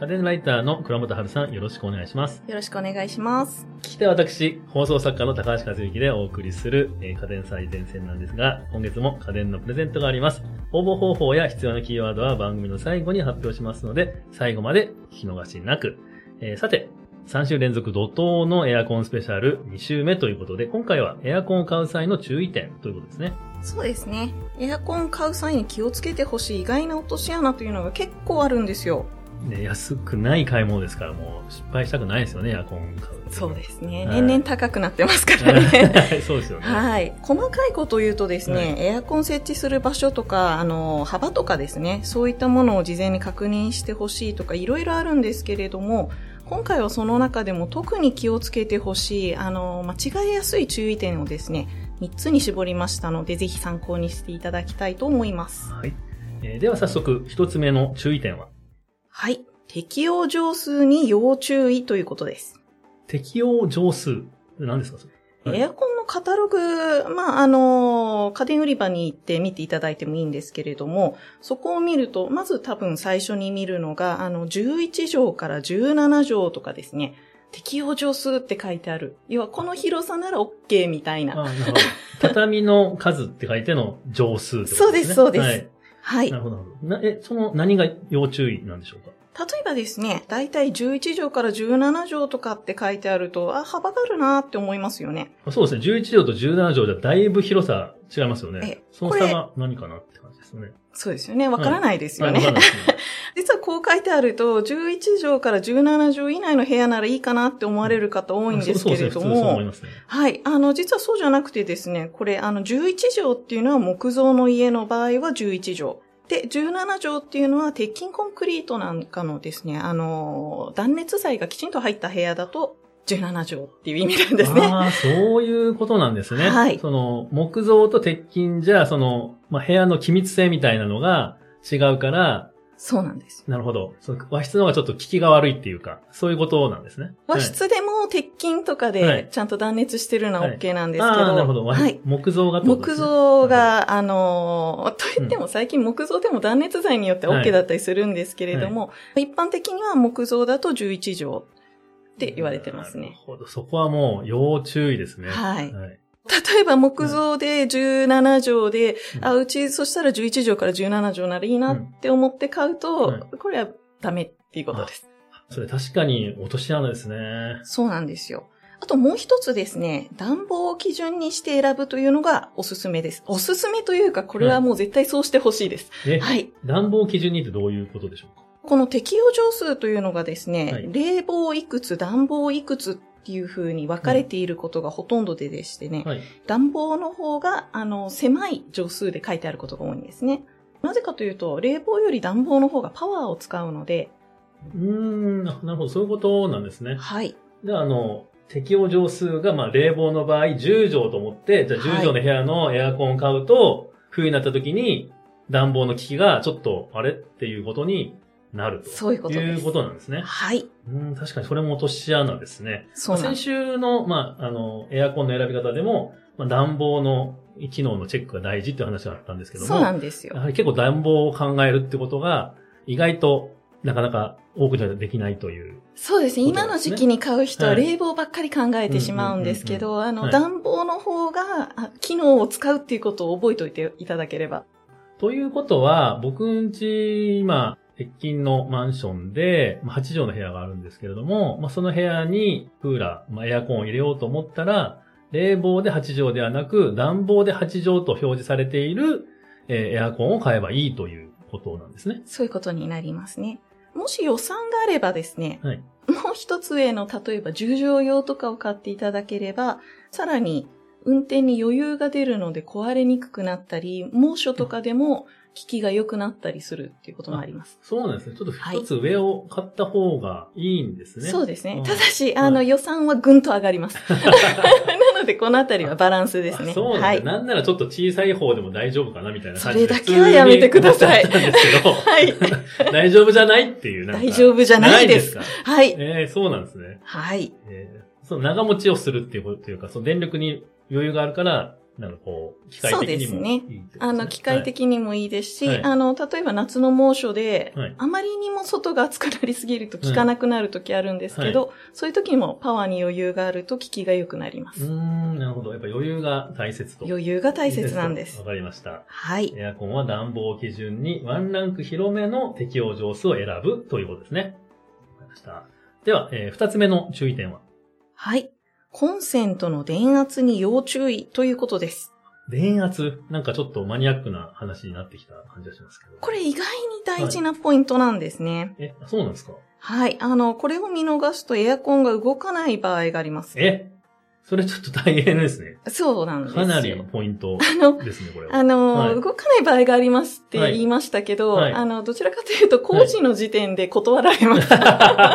家電ライターの倉本春さん、よろしくお願いします。よろしくお願いします。聞き手は私、放送作家の高橋和之でお送りする、えー家電最前線なんですが、今月も家電のプレゼントがあります。応募方法や必要なキーワードは番組の最後に発表しますので、最後まで聞き逃しなく。えーさて、3週連続怒涛のエアコンスペシャル2週目ということで、今回はエアコンを買う際の注意点ということですね。そうですね。エアコン買う際に気をつけてほしい意外な落とし穴というのが結構あるんですよ。ね安くない買い物ですから、もう失敗したくないですよね、エアコン買う。そうですね。はい年々高くなってますから ね。そうですよね。 はい。細かいことを言うとですね、はいエアコン設置する場所とか、あの、幅とかですね、そういったものを事前に確認してほしいとか、いろいろあるんですけれども、今回はその中でも特に気をつけてほしい、あの、間違いやすい注意点をですね、3つに絞りましたので、ぜひ参考にしていただきたいと思います。はい。えーでは早速、一つ目の注意点は、はい。適用上数に要注意ということです。適用上数。何ですかそれはいエアコンのカタログ、まあ、あの、家電売り場に行って見ていただいてもいいんですけれども、そこを見ると、まず多分最初に見るのが、あの、11畳から17畳とかですね、適用上数って書いてある。要は、この広さなら OK みたいな。あなるほど畳の数って書いての上数ってことねそうですそうですはい。はい。なる例ほどなるほど。なえ、その何が要注意なんでしょうかえばですね、だいたい11畳から17畳とかって書いてあると、あ、幅があるなって思いますよね。あそうですね。11畳と17畳じゃだいぶ広さ違いますよねえ。その差が何かなって感じですよね。そうですよね。わからないですよはいねわか。んないですね実はこう書いてあると、11畳から17畳以内の部屋ならいいかなって思われる方多いんですけれそうそうどですね。普通そう思いも、ますね。はい。あの、実はそうじゃなくてですね、これ、あの、11畳っていうのは木造の家の場合は11畳。で、17畳っていうのは鉄筋コンクリートなんかのですね、あの、断熱材がきちんと入った部屋だと、17畳っていう意味なんですね。ああ、そういうことなんですね。はいその、木造と鉄筋じゃ、その、まあ、部屋の機密性みたいなのが違うから、そうなんです。なるほど。その和室の方がちょっと効きが悪いっていうか、そういうことなんですね。和室でも鉄筋とかはでいちゃんと断熱してるのは OK なんですけはい、ああ、なるほど。ど、和はい。木造がってこと木ですね、造が、あのー、と言っても最近木造でも断熱材によってははい OK だったりするんですけれども、一般的には木造だと11畳って言われてますなるね。ほど。そこはもう要注意ですね。はいはい。例えば木造で17畳で、うんあ、うちそしたら11畳から17畳ならいいなって思って買うと、うんこれはダメっていうことです。それ確かに落とし穴ですね。そうなんですよ。あともう一つですね、暖房を基準にして選ぶというのがおすすめです。おすすめというか、これはもう絶対そうしてほしいです。え、はい。暖房基準にってどういうことでしょうかこの適用上数というのがですね、はい冷房いくつ、暖房いくつっていう風に分かれていることがほとんどででしてね、はい。暖房の方が、あの、狭い上数で書いてあることが多いんですね。なぜかというと、冷房より暖房の方がパワーを使うので、うーん、ななるほど。そういうことなんですね。はい。で、あの、適用上数が、まあ、冷房の場合10畳と思って、じゃあ10はい畳の部屋のエアコンを買うと、冬になった時に暖房の効きがちょっと、あれっていうことになると。そういうこといでうす。ことなんですね。はい。うん、確かにそれも落とし穴ですね。そうなん先です。週の、まあ、あの、エアコンの選び方でも、まあ、暖房の機能のチェックが大事っていう話があったんですけども、そうなんですよや。はり結構暖房を考えるってことが、意外となかなか多くではできないという。そうですね。ことなん今ですねの時期に買う人ははい冷房ばっかり考えてしまうんですけど、あはの、い暖房の方が、あ機能を使うっていうことを覚えておいていただければ。ということは、僕んち、今、鉄筋のマンションで、まあ8畳の部屋があるんですけれども、まあ、その部屋にクーラー、まあ、エアコンを入れようと思ったら、冷房で8畳ではなく、暖房で8畳と表示されている、えーエアコンを買えばいいということなんですね。そういうことになりますね。もし予算があればですね、はいもう一つ上の、例えば10畳用とかを買っていただければ、さらに運転に余裕が出るので壊れにくくなったり、猛暑とかでも効きが良くなったりするっていうこともあります。そうなんですね。ちょっと一つ上を買った方がいいんですね。そうですね。うんただし、あの、予算はぐんと上がり ます。なので、このあたりはバランスですね。あそうなんだ、はい。なんならちょっと小さい方でも大丈夫かなみたいな感じで。それだけはやめてください普通に思っちゃったんですはい。けど、 大丈夫じゃないっていう。なんか大丈夫じゃないです。かはい。えーそうなんですね。はい。えーその長持ちをするっていうことというか、その電力に余裕があるから、なんかこう、機械的にもいいってことですね。あの、機械的にもいいですし、はいあの、例えば夏の猛暑で、はいあまりにも外が暑くなりすぎると効かなくなる時あるんですけど、そういう時にもパワーに余裕があると効きが良くなりまはい。うす。ーん、なるほど。やっぱ余裕が大切と。余裕が大切なんですわ。かりました。はい。エアコンは暖房を基準にワンランク広めの適用上数を選ぶということですね。わかりました。では、えー二つ目の注意点は、はい。コンセントの電圧に要注意ということです。電圧。なんかちょっとマニアックな話になってきた感じがしますけど。これ意外に大事なポイントなんですね。え、そうなんですかはい。あの、これを見逃すとエアコンが動かない場合があります。えそれちょっと大変ですね。そうなんですよ。かなりのポイントあの、ですね、これは。あの、はい動かない場合がありますってはい言いましたけど、はいあの、どちらかというと工事の時点で断られます。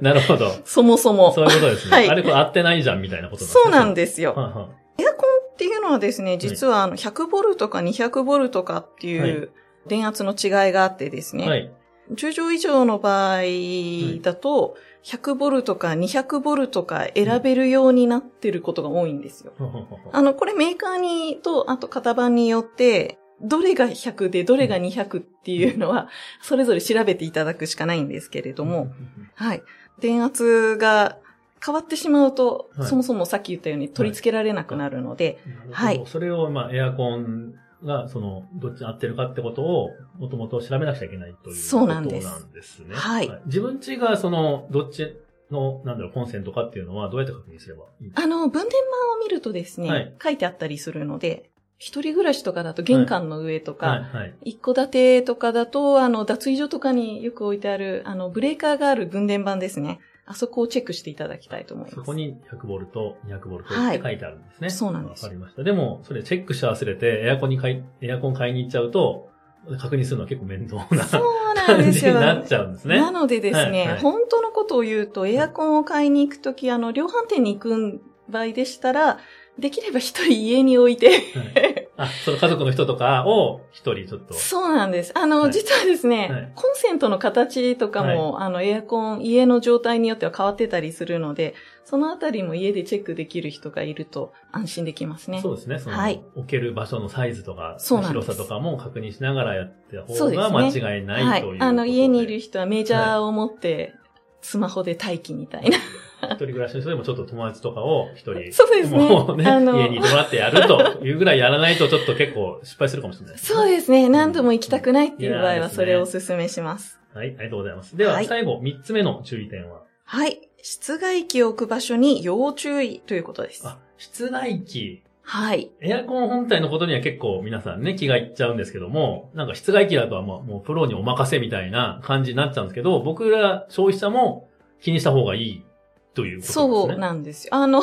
なるほど。 そもそもそう。いうことですね。はいあれこれ合ってないじゃんみたいなことそうなんでですすねよ。はいはいっていうのはですね、実はあの100ボルトか200ボルトかっていはう電圧の違いがあってですね、はい。 10畳以上の場合だと、100ボルトか200ボルトか選べるようになってることが多いんですよ。あの、これメーカーにと、あと型番によって、どれが100でどれが200っていうのは、それぞれ調べていただくしかないんですけれども、はい。電圧が変わってしまうと、はいそもそもさっき言ったように取り付けられなくなるので、なるほどはいそれを、まあ、エアコンが、その、どっちに合ってるかってことを、もともと調べなくちゃいけないというそうなんですことなんですね。はい自分ちが、その、どっちの、なんだろう、コンセントかっていうのは、どうやって確認すればいいあの、分電盤を見るとですね、はい書いてあったりするので、一人暮らしとかだと玄関の上とか、はい、はい。一戸建てとかだと、あの、脱衣所とかによく置いてある、あの、ブレーカーがある分電盤ですね。あそこをチェックしていただきたいと思います。そこに100ボルト、200ボルトはっいて書いてあるんですね。そうなんですわかりました。でも、それチェックして忘れて、エアコンに買い、エアコン買いに行っちゃうと、確認するのは結構面倒なそうなん感ですじによ。なっちゃうんですね。なのでですね、はいはい本当のことを言うと、エアコンを買いに行くとき、あの、量販店に行く場合でしたら、できれば一人家に置いて。はいあ、その家族の人とかを一人ちょっと。そうなんです。あの、はい実はですね、はいコンセントの形とかも、あの、エアコン、家の状態によっては変わってたりするので、そのあたりも家でチェックできる人がいると安心できますね。そうですね。その、はい置ける場所のサイズとか、そうなんです広さとかも確認しながらやったそう方でがす間違いないということで。あの、家にいる人はメジャーを持って、スマホで待機みたいな。 一人暮らしの人でもちょっと友達とかを一人。そうですねもうね、あの家にいてもらってやると いうぐらいやらないとちょっと結構失敗するかもしれないですね、そうですね。何度も行きたくないっていう場い合やーは、ですねそれをお勧めします。はい、ありがとうございます。では、はい最後、三つ目の注意点は、はい。室外機を置く場所に要注意ということです。あ、室外機。はい。エアコン本体のことには結構皆さんね、気がいっちゃうんですけども、なんか室外機だとはもうもうプロにお任せみたいな感じになっちゃうんですけど、僕ら消費者も気にした方がいいということですね。そうなんですよ。あの、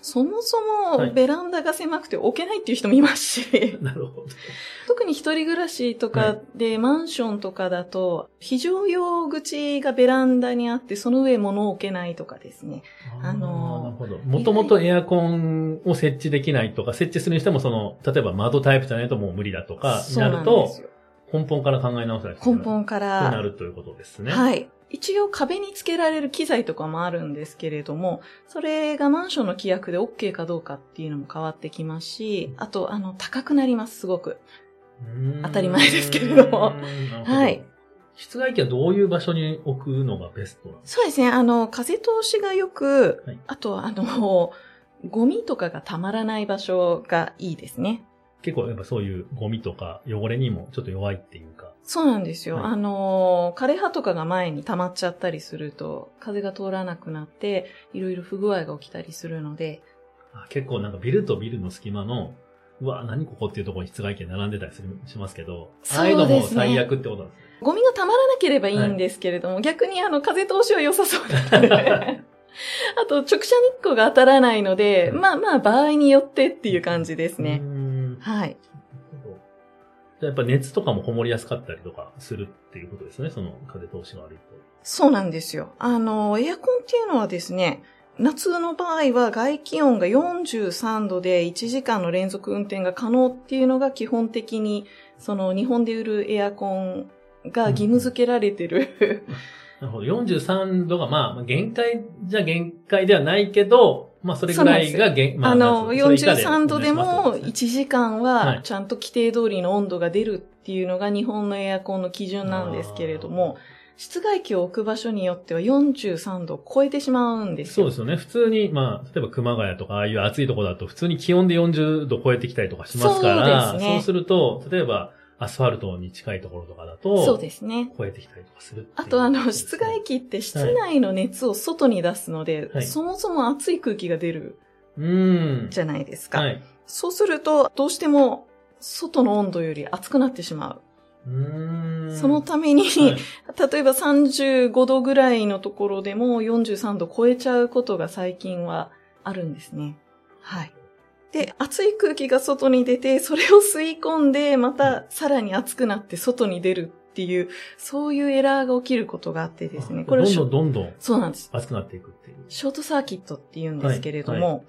そもそはもいベランダが狭くて置けないっていう人もいますし、 なるほど。特に一人暮らしとかで、マンションとかだと、非常用口がベランダにあって、その上物を置けないとかですね。あのーーなるほど。もともとエアコンを設置できないとか、設置するにしてもその、例えば窓タイプじゃないともう無理だとか、そうななるんでとす、よ。根本から考え直さないとい根けない本かとなら。るということですね。はい。一応壁につけられる機材とかもあるんですけれども、それがマンションの規約で OK かどうかっていうのも変わってきますし、あと、あの、高くなります、すごく。当たり前ですけれどもは。はい室外機はどういう場所に置くのがベストなんですそうですね。あの、風通しがよく、はいあと、あの、ゴミとかがたまらない場所がいいですね。か結構やっぱそういうゴミとか汚れにもちょっと弱いっていうか。そうなんですよ。はいあの、枯れ葉とかが前に溜まっちゃったりすると、風が通らなくなって、いろいろ不具合が起きたりするので、あ結構なんかビルとビルの隙間の、うわ、何ここっていうところに室外機が並んでたりするしますけど、ああいうのそうもですね最悪ってことなんですね。ゴミがたまらなければいいんですけれども、逆にあの風通しは良さそうなのであと直射日光が当たらないので、うんまあまあ場合によってっていう感じですね。うーん。はい。やっぱ熱とかもこもりやすかったりとかするっていうことですね、その風通しが悪いそうなんですよ。あの、エアコンっていうのはですね、夏の場合は外気温が43度で1時間の連続運転が可能っていうのが基本的に、その日本で売るエアコンが義務付けられてる、と。なるほど。43度がまあ、まあ限界じゃ限界ではないけど、まあ、それぐらいが限、まあの、それ以下43度でおも願いしますってこと1ですね時間はいはちゃんと規定通りの温度が出るっていうのが日本のエアコンの基準なんですけれども、室外機を置く場所によっては43度を超えてしまうんですそうよ。ですよね。普通に、まあ、例えば熊谷とか、ああいう暑いとこだと、普通に気温で40度超えてきたりとかしますから、そそうう,、ですすねると、例えば、アスファルトに近いところとかだそうと、ですね。超えてきたりとかするっていうあと、あの、室外機って室内の熱を外に出すので、はいそもそも熱い空気が出るうん。じゃないですか。はい。そうすると、どうしても外の温度より暑くなってしまうーう。ん。そのためはに、い例えば35度ぐらいのところでも43度超えちゃうことが最近はあるんですね。はい。で、熱い空気が外に出て、それを吸い込んで、またさらに熱くなって外に出るっていう、そういうエラーが起きることがあってですね。これをどんシどんョどんどんそうなんです。暑くなっていくっていう。ショートサーキットって言うんですけれども、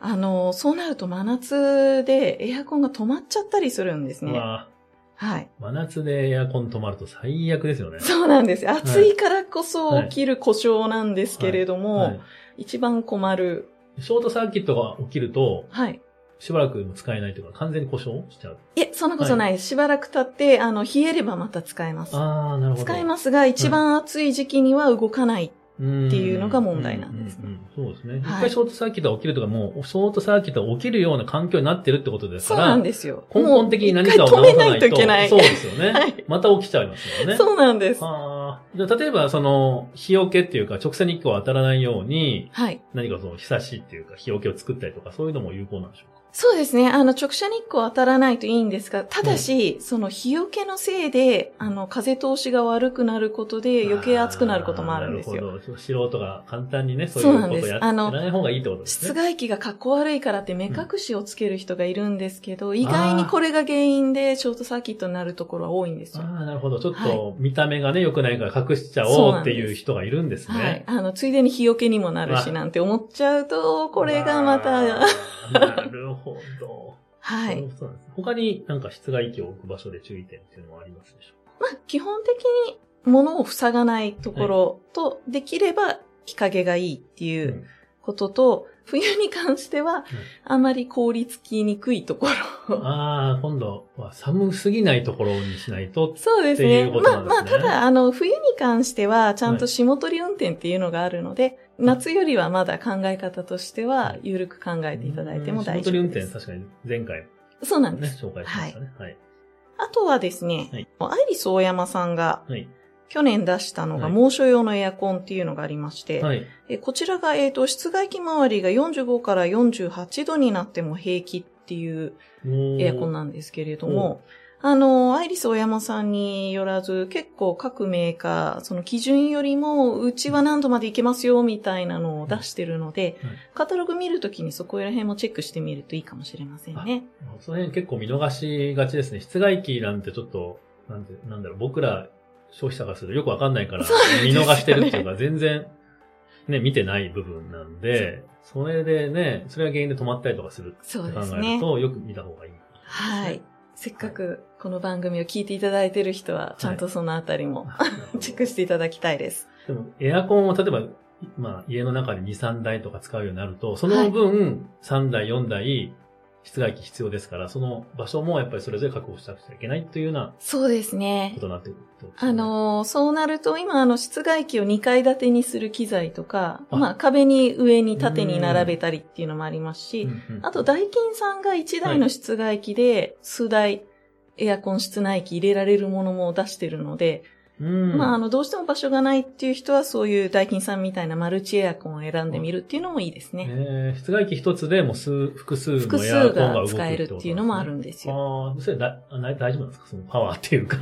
あの、そうなると真夏でエアコンが止まっちゃったりするんですうね。わはい。ぁ真夏でエアコン止まると最悪ですよね。 そうなんです。暑いからこそ起きる故障なんですけれども、はい一番困る。ショートサーキットが起きると、はい。しばらくも使えないというか、完全に故障しちゃう。いえ、そんなことないです。しばらく経って、あの、冷えればまた使えます。ああ、なるほど。使えますが、一番暑い時期には動かない。ってていうのが問題なんですねそうですね。一はい回ショートサーキットが起きるとか、もう、ショートサーキットが起きるような環境になってるってことですそかうなんら、ですよ。根本的に何かをもう直一回さな止めないいと。といけない。そうですよね。はいまた起きちゃいますよね。そうなんです。ああ。じゃあ例えば、その、日よけっていうか、直射日光が当たらないように、はい。何かその、日差しっていうか、日よけを作ったりとか、そういうのも有効なんでしょうかそうですね。あの、直射日光当たらないといいんですが、ただし、その日よけのせいで、あの、風通しが悪くなることで余計暑くなることもあるんですーよ。なるほど。素人が簡単にね、そうそういうなんこですとをやってあのない方がいいってことですね。室外機が格好悪いからって目隠しをつける人がいるんですけど、意外にこれが原因でショートサーキットになるところは多いんですよ。ああ、なるほど。ちょっはと見た目がね、良くないから隠しちゃそおううなんっでてすいう人がいるんですね。はい。あの、ついでに日よけにもなるしわなんて思っちゃうと、これがまわた、あ。なるほど。 そはういなん。ですね他になんか室外機を置く場所で注意点っていうのはありますでしょうかまあ、基本的に物を塞がないところと、できれば日陰がいいっていううんことと、冬に関しては、あまり凍りつきにくいところ。ああ、今度は寒すぎないところにしないと。そうですっていね。うことまなあんまあ、ですねただ、あの、冬に関しては、ちゃんはと霜取り運転っていうのがあるので、夏よりはまだ考え方としては、ゆるく考えていただいても大仕丈事運夫で転す。確かに前回そうなんでねす。、紹介しましたね。はい。あとはですね、はいアイリス大山さんがはい。去年出したのがはい猛暑用のエアコンっていうのがありまして、はい。えこちらが、えっ、と、室外機周りが45から48度になっても平気っていうエアコンななんですけれども、あの、アイリス大山さんによらず、結構各メーカー、その基準よりも、うちは何度までいけますよ、みたいなのを出してるので、うんうんカタログ見るときにそこら辺もチェックしてみるといいかもしれませんね。その辺結構見逃しがちですね。室外機なんてちょっと、なんて、なんだろう、僕ら消費者がするとよくわかんないからそうなん、で見すよ逃ねしてるっていうか、全然、ね、見てない部分なんで、それでね、それが原因で止まったりとかするそっうて考ですえるね。と、よく見た方がいい。 はい。せっかくこの番組を聞いていただいてる人は、ちゃんとそのあたりも、チェックしていただきたいです。でも、エアコンを例えば、まあ、家の中で2、3台とか使うようになると、そはのい分、3台、4台、室外機必要ですから、その場所もやっぱりそれぞれ確保しなくちゃいけないというようなそうですねこ。とになってくるってことですねあのーそうなると、今、あの、室外機を2階建てにする機材とか、あまあ、壁に上に縦に並べたりっていうのもありますうし、んうんあと、ダイキンさんが1台の室外機で、数台、エアコン室内機入れられるものも出してるので、うんまあ、あの、どうしても場所がないっていう人は、そういうダイキンさんみたいなマルチエアコンを選んでみるっていうのもいいですね。えー室外機一つでもう数、複数複のエアコ数ンがが動く使えるっていうのもあるんですよ。ああー、それだあな大丈夫なんですかそのパワーっていうか。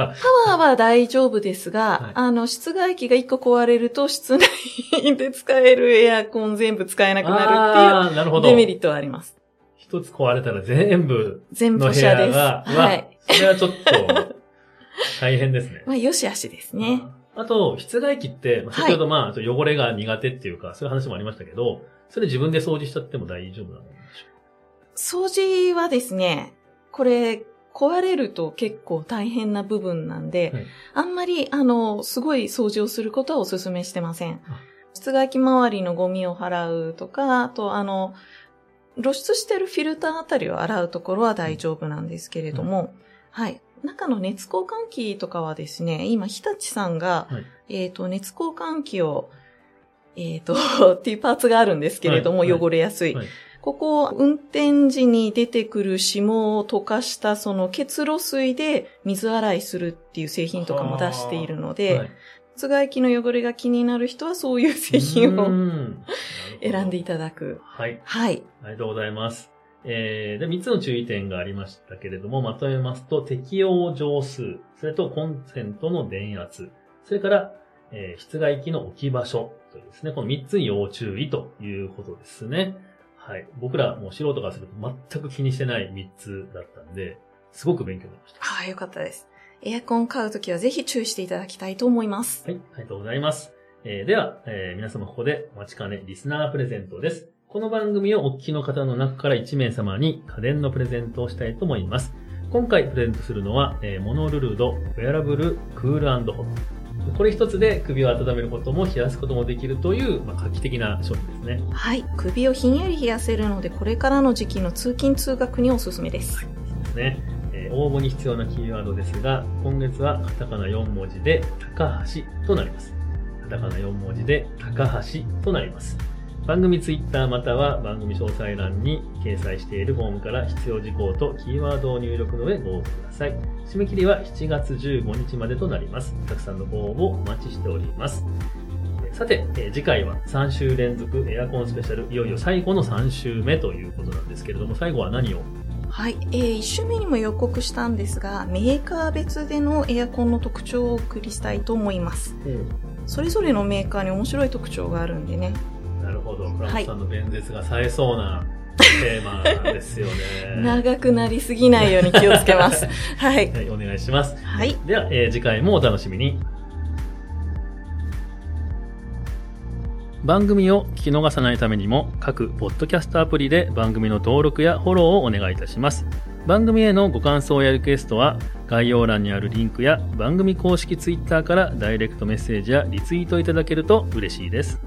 パワーは大丈夫ですが、はいあの、室外機が1個壊れると、室内で使えるエアコン全部使えなくなるっあーなるていほうど。デメリットはあります。一つ壊れたら全部全部の保部車屋です。が、うわはい。それはちょっと、大変ですね。まあ、よしあしですね。あと、室外機って、まあはい先ほどまあ、あと汚れが苦手っていうか、そういう話もありましたけど、それ自分で掃除しちゃっても大丈夫なんでし掃除はですね、これ、壊れると結構大変な部分なんで、はいあんまり、あの、すごい掃除をすることはお勧めしてませんあ。室外機周りのゴミを払うとか、あと、あの、露出してるフィルターあたりを洗うところは大丈夫なんですけれども、はい。中の熱交換器とかはですね、今、日立さんが、はいえっ、と、熱交換器を、えっ、と、 っていうパーツがあるんですけれども、はいはい汚れやすい。はいここ、運転時に出てくる霜を溶かした、その結露水で水洗いするっていう製品とかも出しているので、はい室外機の汚れが気になる人はそういう製品うーをん選んでいただく。はい。はい。ありがとうございます。えー、で、3つの注意点がありましたけれども、まとめますと、適用上数、それとコンセントの電圧、それから、えー室外機の置き場所というですね、この3つに要注意ということですね。はい。僕らもう素人からすると全く気にしてない3つだったんで、すごく勉強になりました。ああ、よかったです。エアコン買うときはぜひ注意していただきたいと思います。はい、ありがとうございます。えーでは、えー皆様ここでお待ちかねリスナープレゼントです。この番組をお聞きの方の中から1名様に家電のプレゼントをしたいと思います。今回プレゼントするのは、えーモノルルド、ウェアラブル、クールホット。これ一つで首を温めることも冷やすこともできるという、まあ、画期的な商品ですね。はい。首をひんやり冷やせるので、これからの時期の通勤通学におすすめです。ですね。えー応募に必要なキーワードですが、今月はカタカナ4文字で高橋となります。カタカナ4文字で高橋となります。番組ツイッターまたは番組詳細欄に掲載しているフォームから必要事項とキーワードを入力の上ご応募ください。締め切りは7月15日までとなります。たくさんのご応募お待ちしております。えーさて、えー次回は3週連続エアコンスペシャル、いよいよ最後の3週目ということなんですけれども、最後は何をはい。えー、1週目にも予告したんですが、メーカー別でのエアコンの特徴をお送りしたいと思います。それぞれのメーカーに面白い特徴があるんでね。なるほど。倉本さんの弁舌が冴えそうなテーマですよね。長くなりすぎないように気をつけます。はい。はい、お願いします。はい。では、えー次回もお楽しみに。番組を聞き逃さないためにも、各ポッドキャストアプリで番組の登録やフォローをお願いいたします。番組へのご感想やリクエストは、概要欄にあるリンクや番組公式ツイッターからダイレクトメッセージやリツイートいただけると嬉しいです。